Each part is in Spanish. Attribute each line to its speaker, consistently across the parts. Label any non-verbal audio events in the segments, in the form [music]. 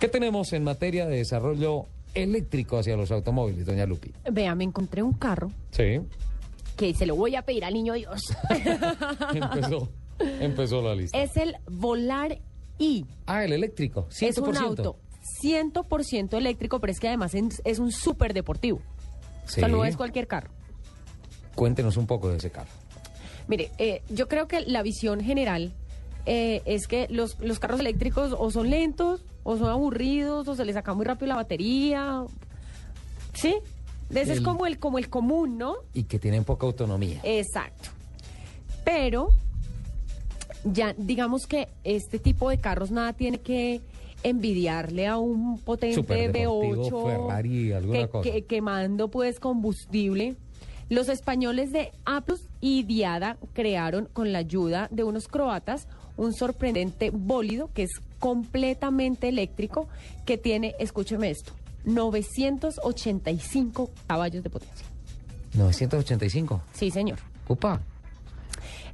Speaker 1: ¿Qué tenemos en materia de desarrollo eléctrico hacia los automóviles, doña Lupi?
Speaker 2: Vea, me encontré un carro
Speaker 1: Sí,
Speaker 2: que se lo voy a pedir al niño Dios.
Speaker 1: [laughs]
Speaker 2: [laughs]
Speaker 1: empezó, empezó la lista.
Speaker 2: es el Volar I.
Speaker 1: Ah, el eléctrico, 100%.
Speaker 2: Eh, Es un auto 100% eléctrico, pero es que además es es un súper deportivo.
Speaker 1: Sí.
Speaker 2: O sea, no es cualquier carro.
Speaker 1: Cuéntenos un poco de ese carro.
Speaker 2: Mire, eh, yo creo que la visión general eh, es que los, los carros eléctricos o son lentos, o son aburridos, o se les saca muy rápido la batería. ¿Sí? Ese es
Speaker 1: El-
Speaker 2: como el, como el común, ¿no?
Speaker 1: Y que tienen poca autonomía.
Speaker 2: Eh, Exacto. Pero ya digamos que este tipo de carros nada tiene que envidiarle a un potente
Speaker 1: Superdeportivo,
Speaker 2: V8
Speaker 1: Ferrari, alguna
Speaker 2: que-
Speaker 1: cosa.
Speaker 2: que- quemando pues combustible. Los españoles de Aplus y Diada crearon con la ayuda de unos croatas un sorprendente bólido que es completamente eléctrico que tiene, escúcheme esto, 985 caballos de potencia.
Speaker 1: 985.
Speaker 2: Sí, señor.
Speaker 1: Upa.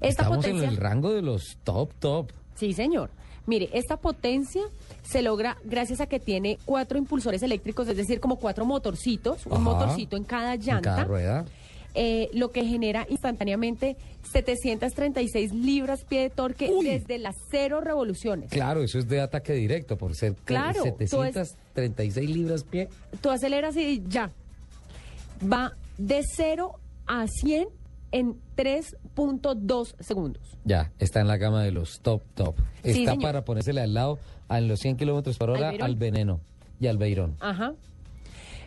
Speaker 2: Esta
Speaker 1: Estamos
Speaker 2: potencia
Speaker 1: en el rango de los top, top.
Speaker 2: Sí, señor. Mire, esta potencia se logra gracias a que tiene cuatro impulsores eléctricos, es decir, como cuatro motorcitos,
Speaker 1: Ajá.
Speaker 2: un motorcito en cada
Speaker 1: En
Speaker 2: llanta,
Speaker 1: cada rueda.
Speaker 2: eh, lo que genera instantáneamente 736 libras-pie de torque
Speaker 1: Uy.
Speaker 2: desde las cero revoluciones.
Speaker 1: Claro, eso es de ataque directo, por ser que
Speaker 2: Claro, todo es-
Speaker 1: 736 libras pie.
Speaker 2: Tú aceleras y ya. Va de cero a 100 en 3.2 segundos.
Speaker 1: Ya, está en la gama de los top, top.
Speaker 2: Sí,
Speaker 1: Está
Speaker 2: señor.
Speaker 1: para ponérsela al lado a los 100 kilómetros por hora
Speaker 2: ¿Al
Speaker 1: al,
Speaker 2: Beirón?
Speaker 1: veneno y al beirón.
Speaker 2: Ajá.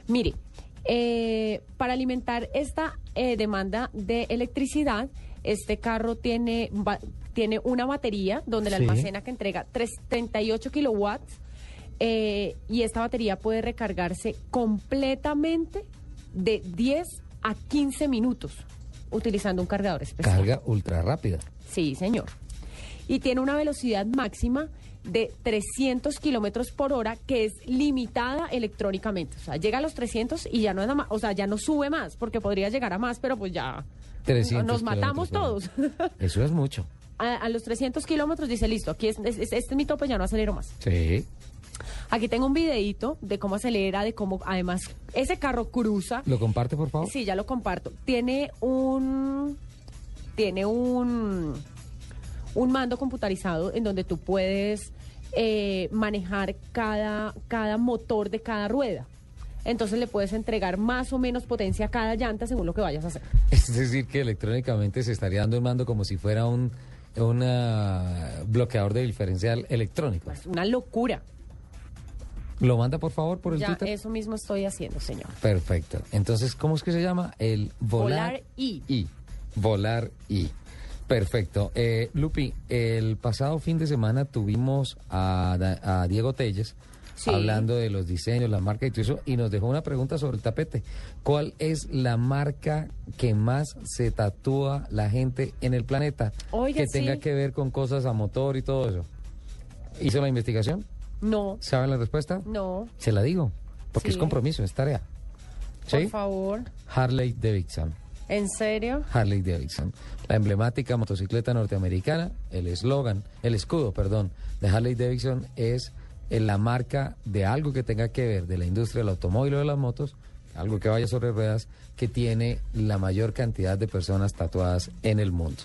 Speaker 2: Mire, eh, para alimentar esta eh, demanda de electricidad, este carro tiene, ba- tiene una batería donde la
Speaker 1: Sí.
Speaker 2: almacena que entrega tres- 38 kilowatts eh, y esta batería puede recargarse completamente de 10 a 15 minutos utilizando un cargador especial.
Speaker 1: Carga ultra rápida.
Speaker 2: Sí, señor. Y tiene una velocidad máxima de 300 kilómetros por hora que es limitada electrónicamente. O sea, llega a los 300 y ya no es nada más, o sea, ya no sube más porque podría llegar a más, pero pues ya
Speaker 1: 300
Speaker 2: nos matamos
Speaker 1: kilómetros
Speaker 2: todos. [laughs]
Speaker 1: por hora. Eso es mucho.
Speaker 2: a, a los 300 kilómetros dice listo, aquí es, es- es- este es mi tope, ya no acelero más.
Speaker 1: Sí.
Speaker 2: Aquí tengo un videito de cómo acelera, de cómo además ese carro cruza.
Speaker 1: ¿Lo comparte, por favor?
Speaker 2: Sí, ya lo comparto. Tiene un. Tiene un. Un mando computarizado en donde tú puedes eh, manejar cada, cada motor de cada rueda. Entonces le puedes entregar más o menos potencia a cada llanta según lo que vayas a hacer.
Speaker 1: [laughs] Es decir, que electrónicamente se estaría dando el mando como si fuera un una bloqueador de diferencial electrónico.
Speaker 2: Es una locura.
Speaker 1: ¿Lo manda, por favor, por el
Speaker 2: Ya
Speaker 1: Twitter?
Speaker 2: eso mismo estoy haciendo, señor.
Speaker 1: Perfecto. Entonces, ¿cómo es que se llama? El volar,
Speaker 2: Volar I.
Speaker 1: I. Volar I. Perfecto. Eh, Lupi, el pasado fin de semana tuvimos a, Da- a Diego Telles
Speaker 2: Sí.
Speaker 1: hablando de los diseños, la marca y todo eso, y nos dejó una pregunta sobre el tapete. ¿Cuál es la marca que más se tatúa la gente en el planeta?
Speaker 2: Oiga,
Speaker 1: que tenga
Speaker 2: sí.
Speaker 1: que ver con cosas a motor y todo eso. ¿Hizo la investigación?
Speaker 2: No,
Speaker 1: ¿Saben la respuesta?
Speaker 2: no,
Speaker 1: Se la digo, porque es
Speaker 2: Sí.
Speaker 1: compromiso, es tarea.
Speaker 2: por
Speaker 1: ¿Sí?
Speaker 2: favor.
Speaker 1: Harley Davidson.
Speaker 2: ¿En serio?
Speaker 1: Harley Davidson. La emblemática motocicleta norteamericana, el eslogan, el escudo, perdón, de Harley Davidson es eh, la marca de algo que tenga que ver de la industria del automóvil o de las motos, algo que vaya sobre ruedas, que tiene la mayor cantidad de personas tatuadas en el mundo.